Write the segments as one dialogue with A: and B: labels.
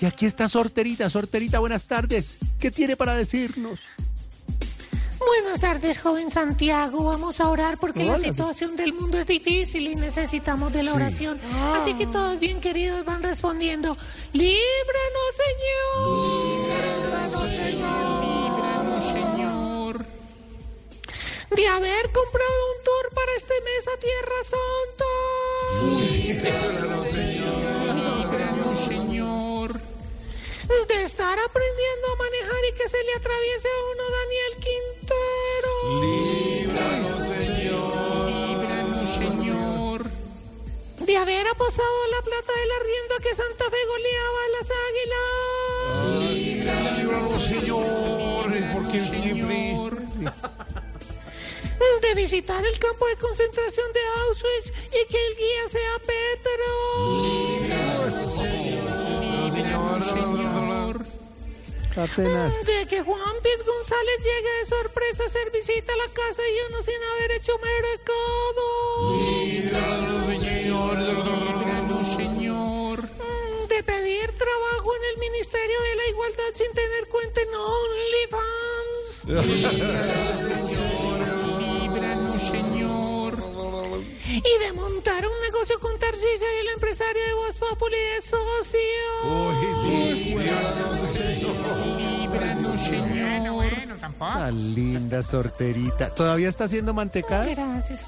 A: Y aquí está Sorterita. Sorterita, buenas tardes. ¿Qué tiene para decirnos?
B: Buenas tardes, joven Santiago. Vamos a orar porque la situación del mundo es difícil y necesitamos de la oración. Así que todos bien queridos van respondiendo, líbranos, Señor. De haber comprado un tour para este mes a Tierra Santa. De estar aprendiendo a manejar y que se le atraviese a uno Daniel Quintero. De haber apostado la plata del arriendo a que Santa Fe goleaba a las águilas.
C: porque siempre
B: De visitar el campo de concentración de Auschwitz y que el guía sea Petro. De que Juan Piz González llegue de sorpresa a hacer visita a la casa y uno sin haber hecho mercado. Mm, De pedir trabajo en el Ministerio de la Igualdad sin tener cuenta en OnlyFans. Y de montar un negocio con Tarcilla y el empresario de Voz Populi de
A: Oh.
B: socio.
D: Bueno, bueno, tampoco.
A: Tan linda Sorterita. ¿Todavía está haciendo mantecada?
B: Gracias.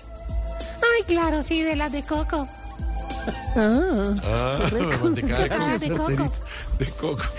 B: Ay, claro, sí, de las de Coco.
C: Ah, mantecada de
B: Las de Coco.
C: co- de coco.